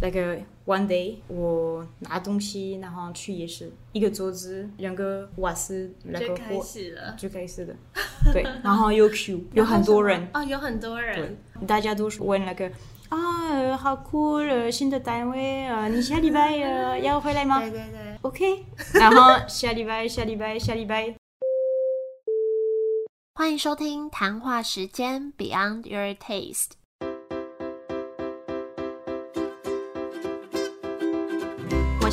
Like one day，我拿东西，然后去夜市，一个桌子，两个瓦斯，两就个开火，始了，就开 始的。对，然后又 Q，有很多人，哦，有很多人，对，大家都是问那个啊、呃好酷，呃，新的单位，呃，你下礼拜呃要回来吗对对对， ？OK，然 后下礼拜，下礼拜，下礼拜，欢迎收听谈话时间 Beyond Your Taste。我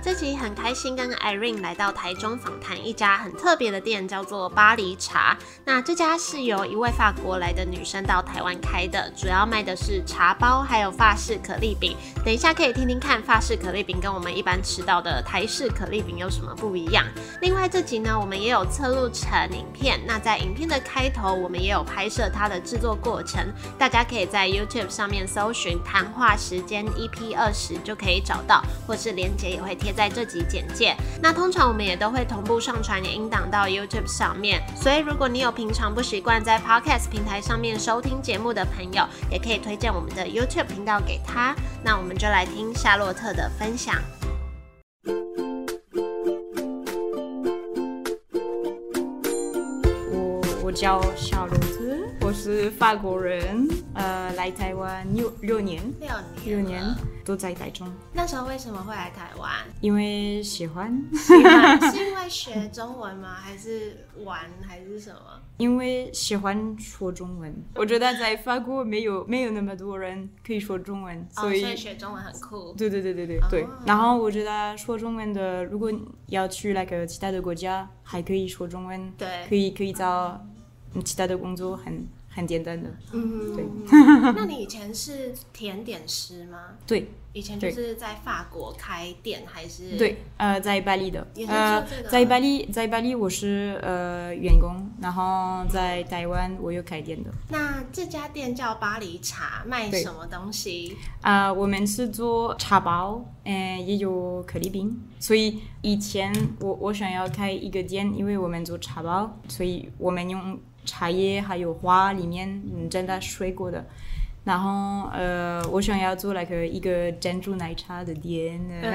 这集很开心跟 Irene 来到台中访谈一家很特别的店，叫做巴黎茶。那这家是由一位法国来的女生到台湾开的，主要卖的是茶包，还有法式可丽饼。等一下可以听听看法式可丽饼跟我们一般吃到的台式可丽饼有什么不一样。另外这集呢，我们也有侧录成影片，那在影片的开头，我们也有拍摄它的制作过程，大家可以在 YouTube 上面搜寻“谈话时间 EP 二十”就可以找到，或是连接也会贴在这集简介。那通常我们也都会同步上传影音档到 YouTube 上面，所以如果你有平常不习惯在 Podcast 平台上面收听节目的朋友，也可以推荐我们的 YouTube 频道给他。那我们就来听夏洛特的分享。我我叫小罗子，我是法国人，呃，来台湾六六年，六六年都在台中，那时候为什么会来台湾？因为喜欢，是因为学中文吗？还是玩？还是什么？因为喜欢说中文。我觉得在法国没有没有那么多人可以说中文，哦所以。学中文很酷。对对对对对对哦然后我觉得说中文的，如果你要去那个其他的国家，还可以说中文，对可以可以找嗯其他的工作很很简单的。嗯，那你以前是甜点师吗？对以前就是在法国开店，还是对，呃，在巴黎的也，是呃做这，个在巴黎，在巴黎我是呃员工，然后在台湾我有开店的。那这家店叫巴黎茶，卖对什么东西？啊、我们是做茶包，嗯、也有可丽饼。所以以前我我想要开一个店，因为我们做茶包，所以我们用茶叶还有花里面嗯真的水果的。然后呃，我想要做那个一个珍珠奶茶的店，呃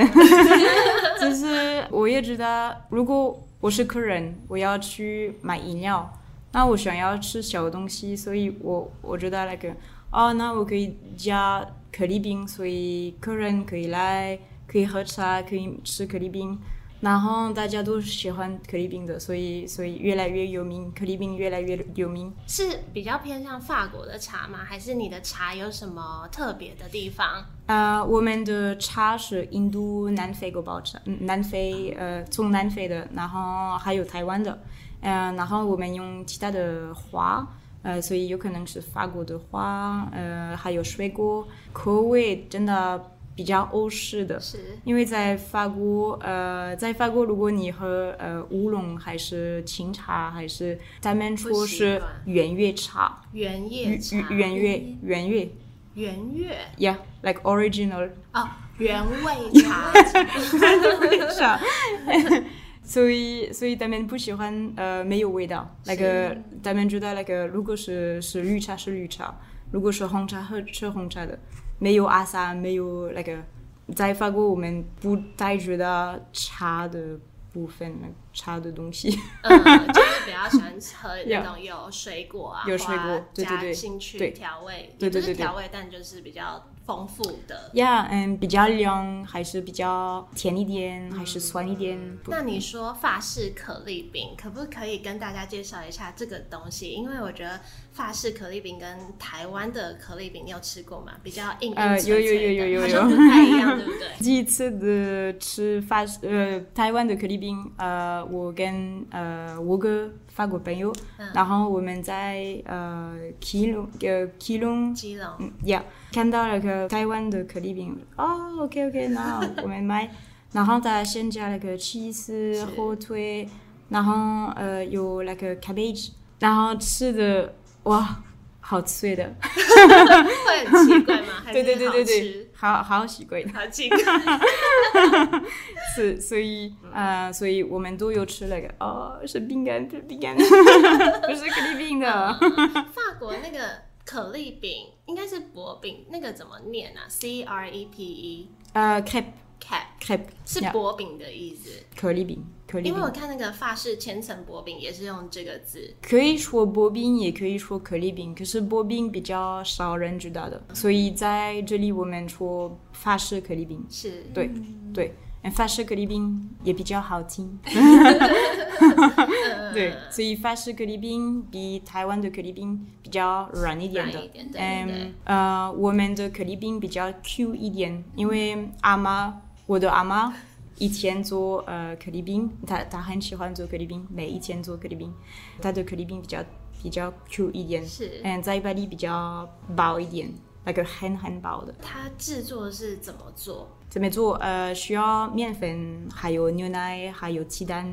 就是我也知道，如果我是客人，我要去买饮料，那我想要吃小东西，所以我我觉得那个哦，那我可以加可丽饼，所以客人可以来，可以喝茶，可以吃可丽饼。然后大家都喜欢可丽饼的，所以所以越来越有名，可丽饼越来越有名。是比较偏向法国的茶吗？还是你的茶有什么特别的地方？呃，我们的茶是印度、南非国宝茶，嗯南非呃从南非的，然后还有台湾的，呃，然后我们用其他的花，呃，所以有可能是法国的花，呃，还有水果，口味真的比较欧式的，是因为在法国，呃，在法国，如果你喝呃乌龙还是清茶，还是他们说是不习惯圆月茶，圆叶圆茶，圆月圆月圆月，yeah，like original 哦，原味 茶。茶， 所以所以他们不喜欢呃没有味道，那个他们觉得那个如果是是绿茶是绿茶，如果是红茶喝吃红茶的，没有阿萨没有那个，在法国我们不太觉得茶的部分那个茶的东西。 嗯，就是比较喜欢喝那种有水果啊，有水果花对对对加进去对调味，对对对也不是对调味，但就是比较丰富的。呀，嗯，比较凉，还是比较甜一点，还是酸一点？不那你说法式可丽饼，可不可以跟大家介绍一下这个东西？因为我觉得法式可丽饼跟台湾的可丽饼，你有吃过吗？比较硬硬呃脆脆的有有有有有好像不太一样，对不对？第一次的吃法呃台湾的可丽饼，呃，我跟呃我个法国朋友，嗯然后我们在呃基隆呃基隆基隆嗯，yeah，看到那个台湾的可丽饼，哦，OK OK，那我们买， 然后他先加那个 cheese 火腿，然后呃有那个 cabbage，然后吃的哇，好脆的，会很奇怪吗？还 是对对对对好吃对，好好奇怪的。好奇 是，所以呃，所以我们都有吃那个，哦，是饼干，是饼 干，不是可丽饼的。嗯法国那个可丽饼应该是薄饼，那个怎么念啊？C R E P E 呃，crepe cap crepe 是 Yeah，薄饼的意思。可丽饼，可丽因为我饼，看那个法式千层薄饼也是用这个字，可以说薄饼，也可以说可丽饼，可是薄饼比较少人知道的，所以在这里我们说法式可丽饼，是对对，嗯法式可丽饼也比较好听。嗯对，所以法式可丽饼比台湾的可丽饼比较软一点软的一点，对对对嗯呃，我们的可丽饼比较 Q 一点，因为阿妈，我的阿妈以前做呃可丽饼，她她很喜欢做可丽饼，每一天做可丽饼，她的可丽饼比较比较 Q 一点，是嗯，在意大利比较薄一点，那个很很薄的。它制作是怎么做？怎么做？呃，需要面粉，还有牛奶，还有鸡蛋，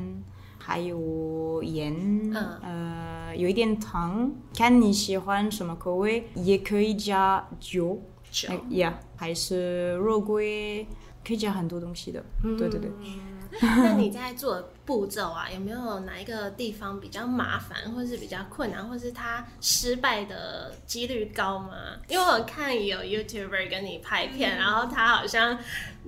还有盐，嗯呃，有一点糖，看你喜欢什么口味，也可以加酒，酒哎呀，还是肉桂，可以加很多东西的。对对对，嗯那你在做的步骤啊，有没有哪一个地方比较麻烦，或是比较困难，或是它失败的几率高吗？因为我看有 YouTuber 跟你拍片，然后他好像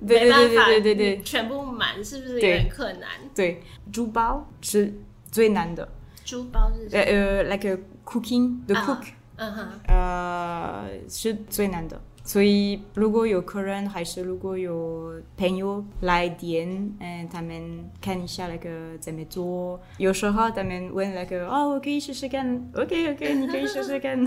对没对办对法嗯对对对全部满，是不是有点困难？对，猪包是最难的，猪包是什呃么呃，like a cooking the 啊 cook，、嗯哼，呃，是最难的。所以如果有客人，还是如果有朋友来点，嗯，他们看一下那个怎么做。有时候他们问那个，哦，我可以试试看，OK OK，你可以试试 看，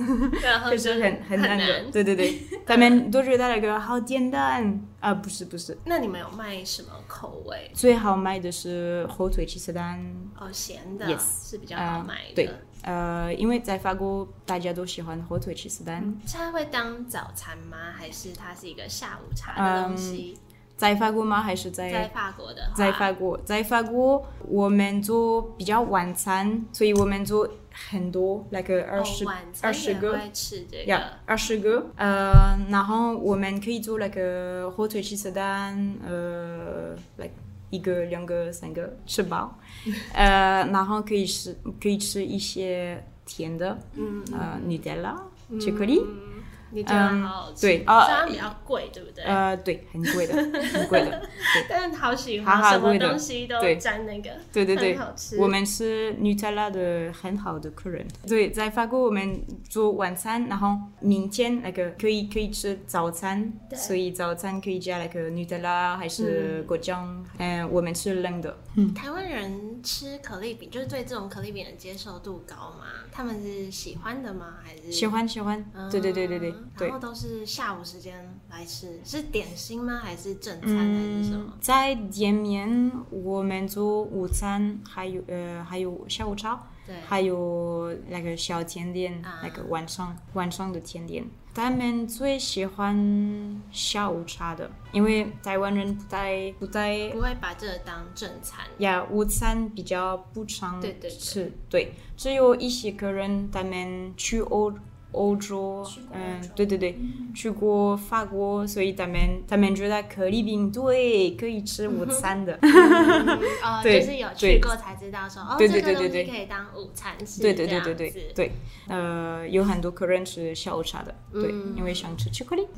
然后可是很啊哦很难的。对对 对，他们都觉得那个好简单啊，不是不是，那你们有卖什么口味？最好卖的是火腿起司蛋，哦，咸的 Yes 是比较好啊，买的。对，呃，因为在法国大家都喜欢火腿起司蛋。它会当早餐吗？还是它是一个下午茶的东西？嗯在法国吗？还是在法国的话，哦在法国，在法国我们做比较晚餐，所以我们做很多，那个二十哦、晚餐二十也个。会吃这个。呀，二十个，呃，然后我们可以做那个火腿起司蛋，呃，like 一个、两个、三个吃饱， 呃，然后可以吃可以吃一些甜的，嗯，呃，Nutella、巧克力，嗯，你觉得好好吃？对虽啊然比较贵，对不对？呃，对，很贵的，很贵的，但好喜好欢，好什么贵的东西都对沾那个，对对对很好吃。，我们是 Nutella 的很好的客人。对，在法国我们做晚餐，然后明天那个可以可以吃早餐，对所以早餐可以加那个 Nutella 还是果酱。嗯、我们吃冷的。台湾人吃可丽饼，就是对这种可丽饼的接受度高吗？他们是喜欢的吗？还是喜？欢喜欢，嗯对对对对对对然后。都是下午时间来吃，是点心吗？还是正餐还是什嗯么？，在前面我们做午餐，还有呃还有下午茶，对，还有那个小甜点，啊那个晚上晚上的甜点，他们最喜欢下午茶的，因为台湾人不太不太不会把这个当正餐。呀，午餐比较不常对对对吃，对，只有一些客人他们去欧欧洲去过，嗯欧洲，对对对，去过法国，所以他们他们觉得可丽饼对可以吃午餐的，嗯哦，就对是有去对过才知道说，哦，对对这个对东对西可以当午餐吃，对对对对这对样子。对，呃，有很多客人吃下午茶的，对，嗯因为想吃巧克力，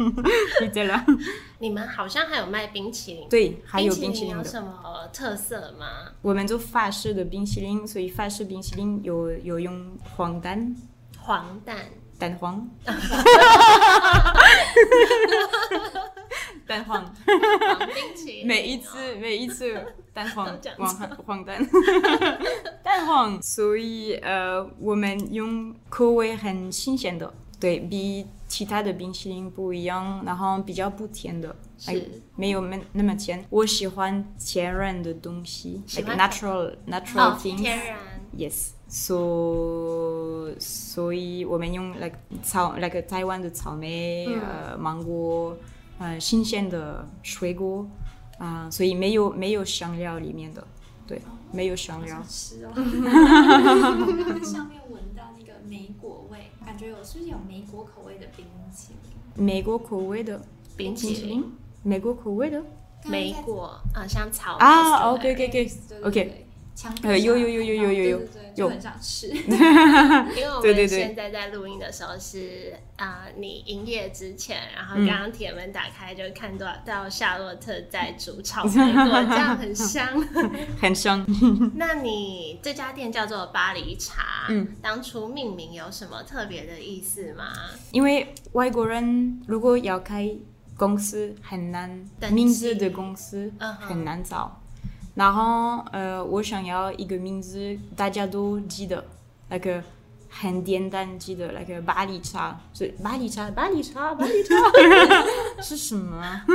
你对了，你们好像还有卖冰淇淋，对，还有冰冰淇淋有的。什么呃特色吗？我们做法式的冰淇淋，所以法式冰淇淋有有用黄蛋黄蛋，蛋 黄， 蛋黄，黄冰淇淋，每一 次每一次蛋都黄讲错黄黄 蛋蛋黄，所以呃，我们用口味很新鲜的，对比其他的冰淇淋不一样，然后比较不甜的。哎是没有那那么甜。我喜欢天然的东西喜，like 欢 natural natural 哦， things、天然 Yes. So 所以我们用 like 草 like 台湾的草莓、呃芒果呃新鲜的水果啊、所以没有没有香料里面的，对，没有香料好想。吃 哦，上面闻到那个莓果味，感觉有是不是有莓果口味的冰淇淋？美国口味的，冰冰淇淇淋，淋，美国口味的莓果啊，像草莓啊，OK strawberry OK OK 对 OK，。强呃有有有有有有有对对对，有就很想 吃。因为我对对对们现在在录音的时候是啊、呃你营业之前，然后嗯刚刚铁门打开就看到到夏洛特在煮炒莓 果，这样很香。很香。那你这家店叫做巴黎茶，嗯，当初命名有什么特别的意思吗？因为外国人如果要开公司很难登，记名字的公司嗯哼很难找。然后呃，我想要一个名字大家都记得，那个很简单记得那个巴黎茶，所以巴黎茶，巴黎茶，巴 黎茶是什么啊？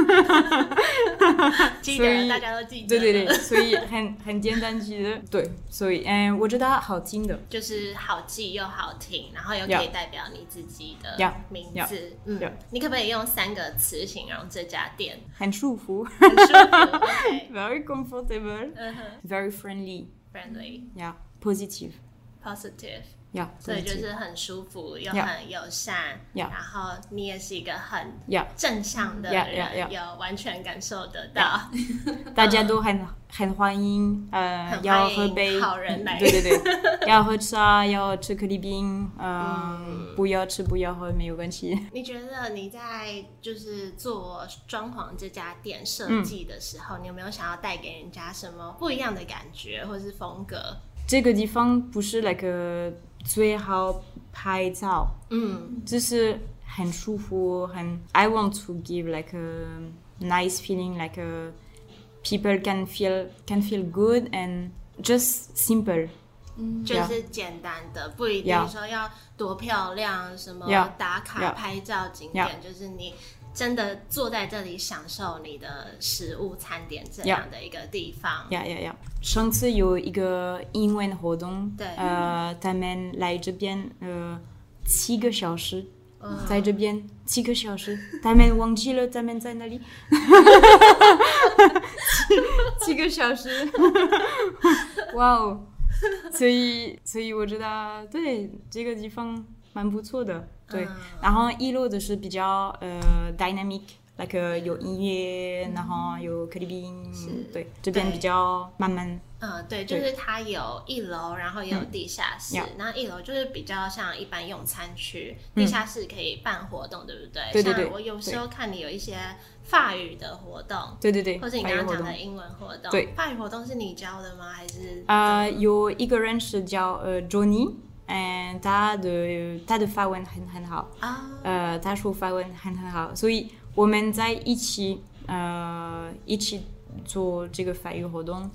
记所得以大家都记得，对对对，，所以很很简单记得，对，所以嗯，我觉得好听的，就是好记又好听，然后又可以 Yeah 代表你自己的 Yeah 名字。 Yeah 嗯 Yeah，你可不可以用三个词形容这家 店？很舒服很舒服，OK， ，very comfortable，very 嗯哼 friendly，yeah，positive，yeah， ，friendly。positive， yeah，所以就 positive 是很舒服又 Yeah 很友善 Yeah 然后你也是一个很 yeah。正向的 Yeah, 人 yeah, yeah 有完全感受得到大家都很很欢迎，呃，嗯很要欢喝杯迎，好人来，对对 对，要喝茶，要吃可丽饼，嗯，不要吃不要喝没有关系。你觉得你在就是做装潢这家店设计的时候，你有没有想要带给人家什么不一样的感觉或是风格？这个地方不是那个最好拍照，嗯就是很舒服，很。I want to give like a nice feeling, like a people can feel can feel good and just simple. 就 Yeah 是简单的，不一定 Yeah 说要多漂亮，什么 Yeah 打卡 Yeah 拍照景点，就是你真的坐在这里享受你的食物餐点这样的一个地方。呀呀呀！上次有一个英文活动，对呃，他们来这边呃七个小时，在这边七个小时， 他们忘记了他们在哪里， 七七个小时，哇哦！所以所以我觉得对这个地方蛮不错的，对。嗯然后一楼的是比较呃 dynamic。那个有音乐，然后有可丽饼，对，这边嗯对比较慢慢嗯，对，就是它有一楼，然后也有地下室嗯 Yeah。那、一楼就是比较像一般用餐区，嗯地下室可以办活动，对不对？对对对像我有时候看你有一些法语的活动，对对对，或者你法刚语刚活讲动的。英文活动。对法语活动是你教的吗？还是呃，有一个人是叫呃 Johnny，嗯，他的他的法文很很好，啊？呃，他说法文很很好，所以我们在一起呃一起做这个法语活动，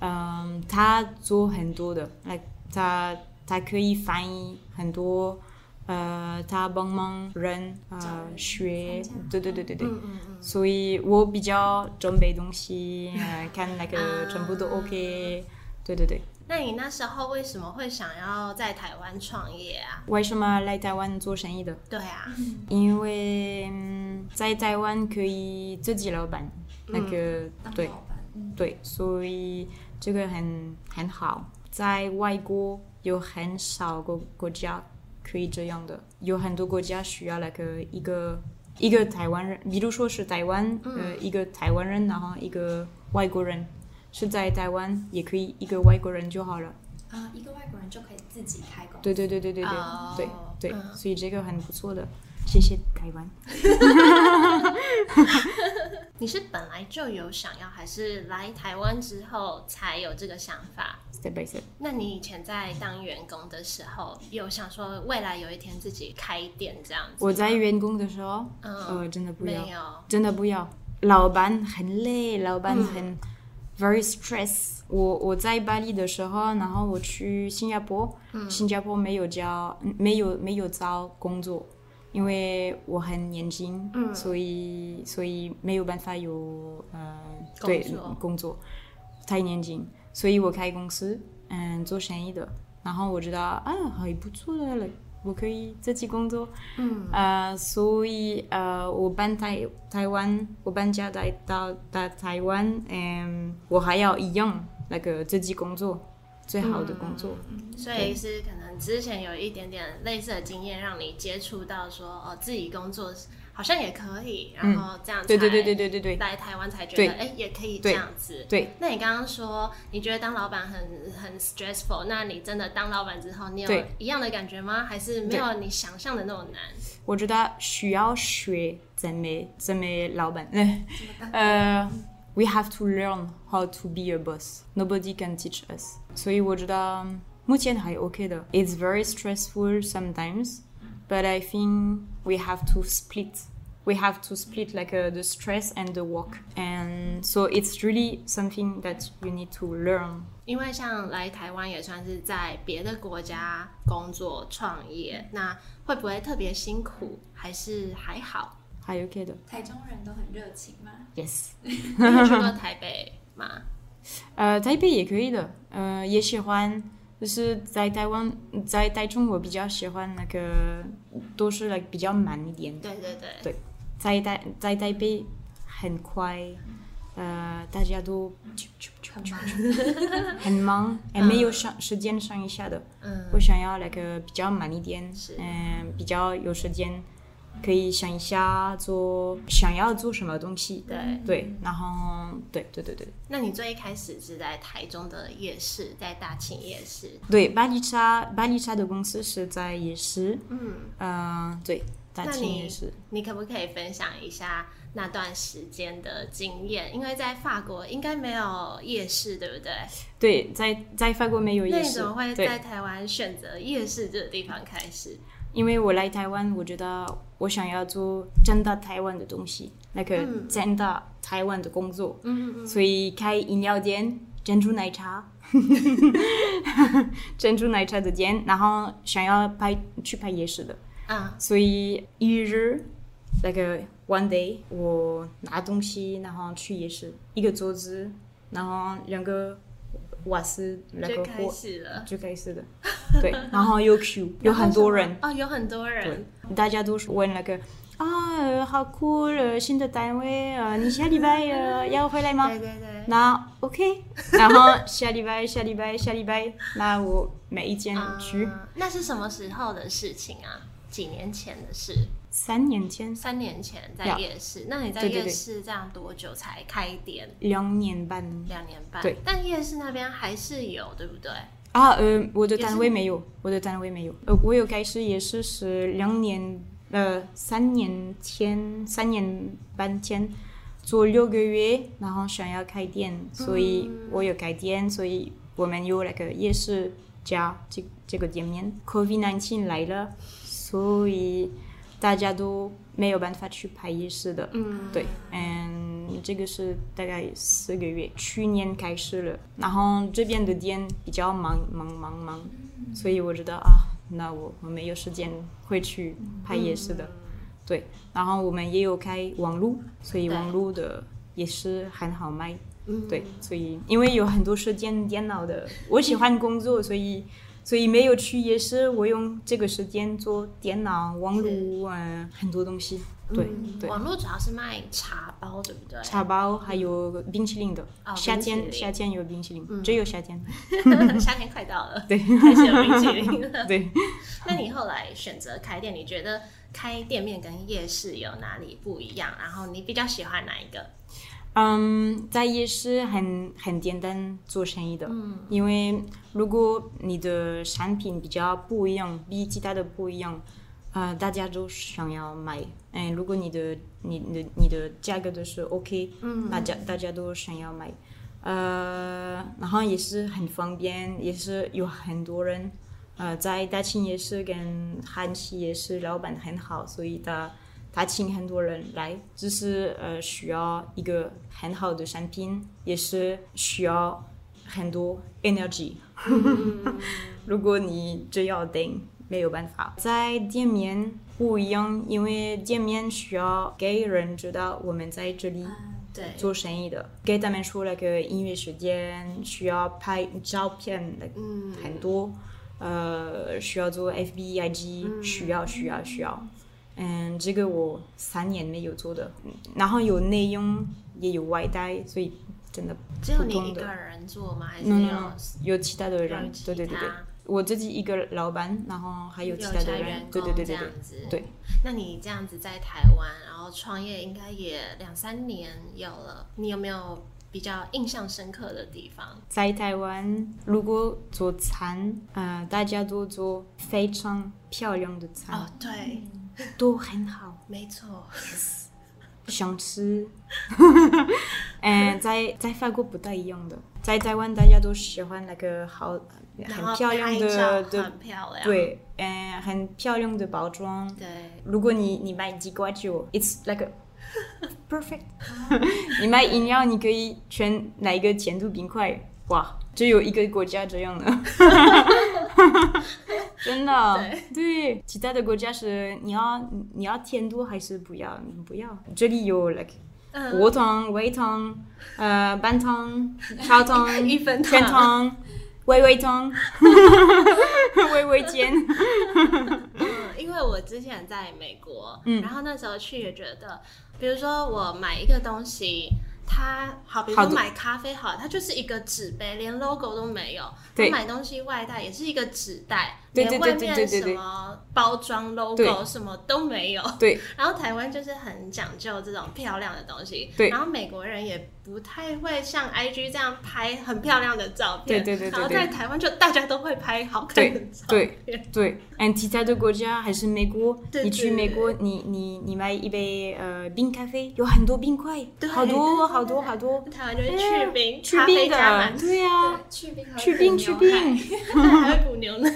嗯、他做很多的，来他他可以翻译很多。呃，他帮忙人找呃人学参加，对对对对对，嗯嗯嗯。所以我比较准备东西，呃，看那啊个全部都 OK。对对对，那你那时候为什么会想要在台湾创业啊？为什么来台湾做生意的？对啊，嗯因为、嗯在台湾可以自己老板，嗯那个当对老板，嗯，对，所以这个很很好。在外国有很少个国家可以这样的，有很多国家需要那个一个一个台湾人，比如说是台湾，嗯呃，一个台湾人，然后一个外国人，是在台湾也可以一个外国人就好了。啊，一个外国人就可以自己开工，对对对对对对、哦对对、嗯所以这个很不错的，谢谢台湾。你是本来就有想要，还是来台湾之后才有这个想法？ Step by step，那你以前在当员工的时候，有想说未来有一天自己开店这样子？我在员工的时候，嗯，呃，真的不要没，有，真的不要。老板很累，老板很、very stress。我我在巴黎的时候，然后我去新加坡，嗯新加坡没有教，嗯没有没有找工作，因为我很年轻，嗯所以所以没有办法有呃工对作工作，太年轻，所以我开公司，嗯，做生意的。然后我觉得啊，还不错的了。我可以自己工作，嗯，呃，所以呃，我搬台台湾，我搬家来到到台湾，嗯，我还要一样那个自己工作，最好的工作，所以是可能之前有一点点类似的经验，让你接触到说哦，自己工作好像也可以，然后这样嗯才对对对对对对对来台湾才觉对得哎也可以这对样子。对，那你刚刚说你觉得当老板很很 stressful，那你真的当老板之后，你有对一样的感觉吗？还是没有你想象的那种难？我觉得需要学怎么怎么老板， 呃、w e have to learn how to be a boss. Nobody can teach us. 所以我觉得目前还 OK 的。It's very stressful sometimes, but I think we have to split. We have to split like uh, the stress and the work, and so it's really something that you need to learn. 因为像来台湾也算是在别的国家工作创业，那会不会特别辛苦？还是还好？还 OK 的台中人都很热情吗？ ，Yes. 你有去过台北吗？呃，台北也可以的，呃，也喜欢，就是在台湾，在台中我比较喜欢那个都是 like 比较慢一点的，对对对，在台在台北很快，呃，大家都很忙，很忙，也没有上时间上一下的，嗯，我想要那个比较慢一点是，嗯、比较有时间可以想一下做想要做什么东西，对。对，然后对对对对。那你最一开始是在台中的夜市，在大庆夜市，对，巴黎茶巴黎茶的公司是在也是，嗯，嗯，对，大那庆你也是。你可不可以分享一下那段时间的经验？因为在法国应该没有夜市，对不对？对，在在法国没有那夜你市怎么会，对，在台湾选择夜市这个地方开始？因为我来台湾，我觉得我想要做真的台湾的东西，那个嗯真的台湾的工作，嗯嗯所以开饮料店、珍珠奶茶、 珍珠奶茶的店，然后想要拍去拍夜市的，啊，所以一日那个 one day 我拿东西，然后去夜市，一个桌子，然后两个瓦斯那就个开火始了。就开 始的，对，然后又 Q 有很多人，哦，有很多人，大家都问那个。啊、呃好酷！呃，新的单位，呃，你下礼拜呃要回来吗？ 对对对，那 OK，然后下礼拜、下礼拜、下礼拜，那我每一天啊去。那是什么时候的事情啊？几年前的事，三年前，三年前在呀夜市。那你在对对夜对市这样多久才开店？两年半。两年半。对，但夜市那边还是有，对不对？啊，呃，我的单位没有，我的单位没有。呃，我有开始也是是两年，呃，三年前，三年半前做六个月，然后想要开店，所以我有开店，所以我们有那个夜市加这这个店面。COVID 1 9来了，所以大家都没有办法去拍夜市的。嗯，对，嗯，这个是大概四个月，去年开始了。然后这边的店比较忙忙忙忙，所以我觉得啊，那我我没有时间会去拍夜市嗯的。对，然后我们也有开网路，所以对网路的也是很好卖。嗯对，所以因为有很多时间电脑的，我喜欢工作，所以所以没有去夜市，我用这个时间做电脑、网路，嗯、很多东西。对、对。网络主要是卖茶包，对不对？茶包还有冰淇淋的，哦夏冰淇天淋嗯夏天有冰淇淋，只有夏天。夏天快到了，对开始有冰淇淋 了。对，那你后来选择开店，你觉得开店面跟夜市有哪里不一样？然后你比较喜欢哪一个？嗯，在夜市很很简单做生意的，嗯，因为如果你的产品比较不一样，比其他的不一样，呃，大家都想要买。嗯，如果你的你你的你的价格都是 OK，嗯，大家大家都想要买。呃，然后也是很方便，也是有很多人，呃，在大庆也是跟韩系也是老板很好，所以他他请很多人来，只是呃需要一个很好的产品，也是需要很多 energy。如果你只要等，没有办法。在店面不一样，因为店面需要给人知道我们在这里。啊对，做生意的，给他们说那个音乐时间需要拍照片的嗯，很多，呃，需要做 FB、IG，、需嗯要需要需要，嗯，这个我三年没有做的，嗯然后有内容也有外带，所以真的只有你普通一的个人做吗？还是 no 有 no no，有其他的有人，其对对对对他我自己一个老板，然后还有其他的有人，对工对对哦这对样对。子。对，那你这样子在台湾，然后创业应该也两三年有了，你有没有比较印象深刻的地方？在台湾，如果做餐，呃，大家都做非常漂亮的餐，哦，对，都很好，没错，想 吃。嗯，在在法国不太一样的，在台湾大家都喜欢那个好然后很漂亮拍照的，对很漂亮，对，嗯，很漂亮的包装，对，如果你你买几罐酒，it's like a perfect 。你买饮料，你可以选哪一个甜度冰块？哇，只有一个国家这 样的，真的对。其他的国家是你要你要甜度还是不要？不要。这里有 like 嗯，果糖、微糖、呃半 糖、超糖、一分全糖糖、微微 糖、 微微甜。嗯，因为我之前在美国，嗯然后那时候去也觉得，比如说我买一个东西，它好，比如好说的买咖啡好了，它就是一个纸杯，连 logo 都没有。对买东西外带也是一个纸袋，对对连外对对面对什对么包装 logo 对什么都没有。对 然后台湾就是很讲究这种漂亮的东西，对然后美国人也不太会像 IG 这样拍很漂亮的照片，对对对对然后对在台湾就大家都会拍好看的照片，对 对，嗯，其他的国家还是美国，对你对去美国，你你你买一杯呃冰咖啡，有很多冰块对，好多好多好多，台湾就是啊去冰，去咖啡冰加的满，， 对呀、去冰还会去冰更去牛冰奶，还会补 牛奶。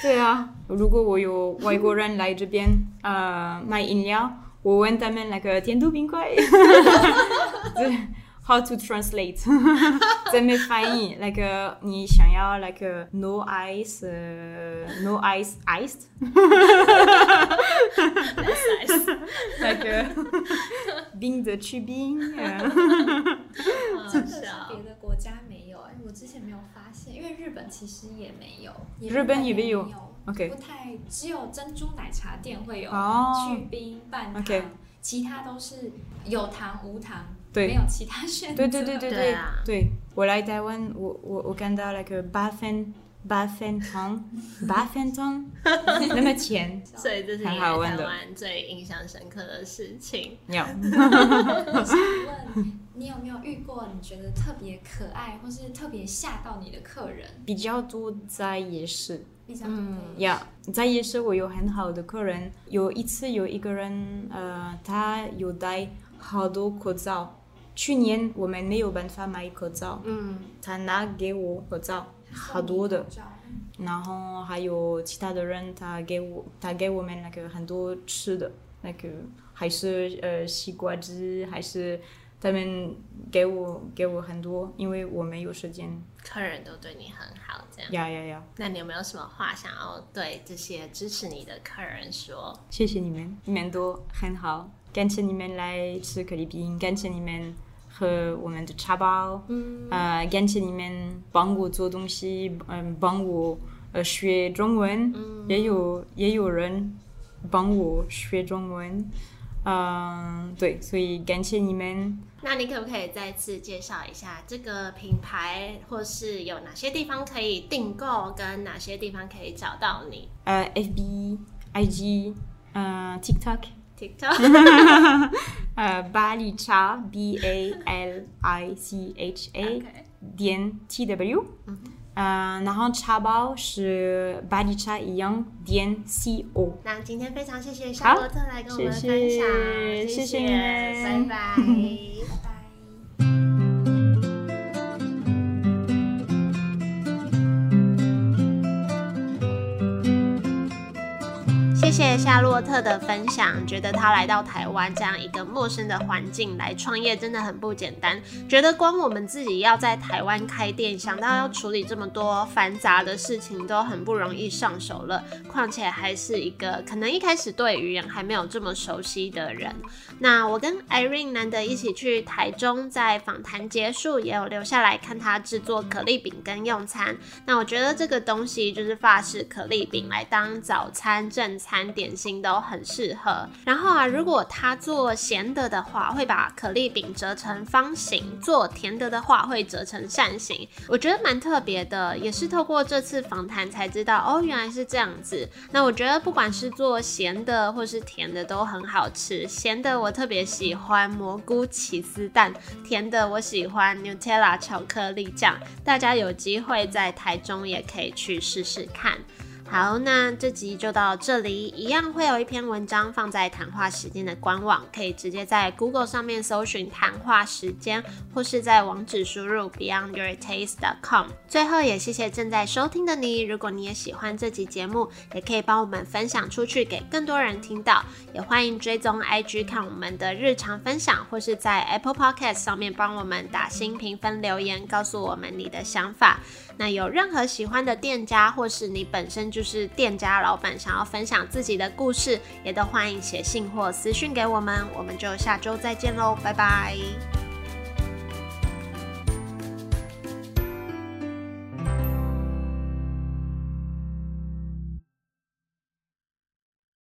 对啊。如果我有外国人来这边呃买饮料，我问他们那个甜度冰块 对，how to translate，怎么翻译？那个你想要那个 no ice，呃 no ice iced。那啊个 冰的去冰，呃嗯真的啊是别的国家没有哎、我之前没有发现，因为日本其实也没有，也日本也没没有有 OK 不太只有珍珠奶茶店会有哦去冰半糖 OK 其他都是有糖无糖，对没有其他选择。 对对对对对对啊对。我来台湾，我我我看到那个八分八分 糖，八分糖 那么甜，所以这是你很来好台玩的湾最印象深刻的事情。要我想 问你有没有遇过你觉得特别可爱或是特别吓到你的客人？比较多在夜市。比较嗯呀、在夜市我有很好的客人，有一次有一个人，呃，他有戴好多口罩。去年我们没有办法买口罩，嗯，他拿给我口罩，好多的。然后还有其他的人，他给我他给我们那个很多吃的，那个还是呃西瓜汁，还是他们给我给我很多，因为我没有时间。客人都对你很好，这样。呀呀呀！那你有没有什么话想要对这些支持你的客人说？谢谢你们，你们都很好，感谢你们来吃可丽饼，感谢你们喝我们的茶包，嗯，呃，感谢你们帮我做东西，嗯、帮我呃学中文，嗯也有也有人帮我学中文，嗯、对，所以感谢你们。那你可不可以再次介绍一下这个品牌，或是有哪些地方可以订购，跟哪些地方可以找到你呃，FB、IG、呃、TikTok、 ？TikTok 呃，巴利茶 （B A L I C H A） 点 T W，嗯，然后茶包是巴利茶一样点 C O。那今天非常谢谢夏好洛特来跟我们谢分谢享，谢谢谢你拜们拜。拜拜。谢谢夏洛特的分享，觉得他来到台湾这样一个陌生的环境来创业真的很不简单。觉得光我们自己要在台湾开店，想到要处理这么多繁杂的事情都很不容易上手了，况且还是一个可能一开始对语言还没有这么熟悉的人。那我跟 Irene 难得一起去台中，在访谈结束也有留下来看他制作可丽饼跟用餐。那我觉得这个东西就是法式可丽饼来当早餐正餐。餐点心都很适合。然后啊，如果他做咸的的话，会把可丽饼折成方形；做甜的的话，会折成扇形。我觉得蛮特别的，也是透过这次访谈才知道哦，原来是这样子。那我觉得不管是做咸的或是甜的都很好吃。咸的我特别喜欢蘑菇起司蛋，甜的我喜欢 Nutella 巧克力酱。大家有机会在台中也可以去试试看。好，那这集就到这里，一样会有一篇文章放在谈话时间的官网，可以直接在 Google 上面搜寻谈话时间，或是在网址输入 beyondyourtaste.com。最后也谢谢正在收听的你，如果你也喜欢这集节目，也可以帮我们分享出去给更多人听到，也欢迎追踪 IG 看我们的日常分享，或是在 Apple Podcast 上面帮我们打新评分留言，告诉我们你的想法。那有任何喜欢的店家，或是你本身就是店家老板，想要分享自己的故事，也都欢迎写信或私讯给我们。我们就下周再见喽，拜拜。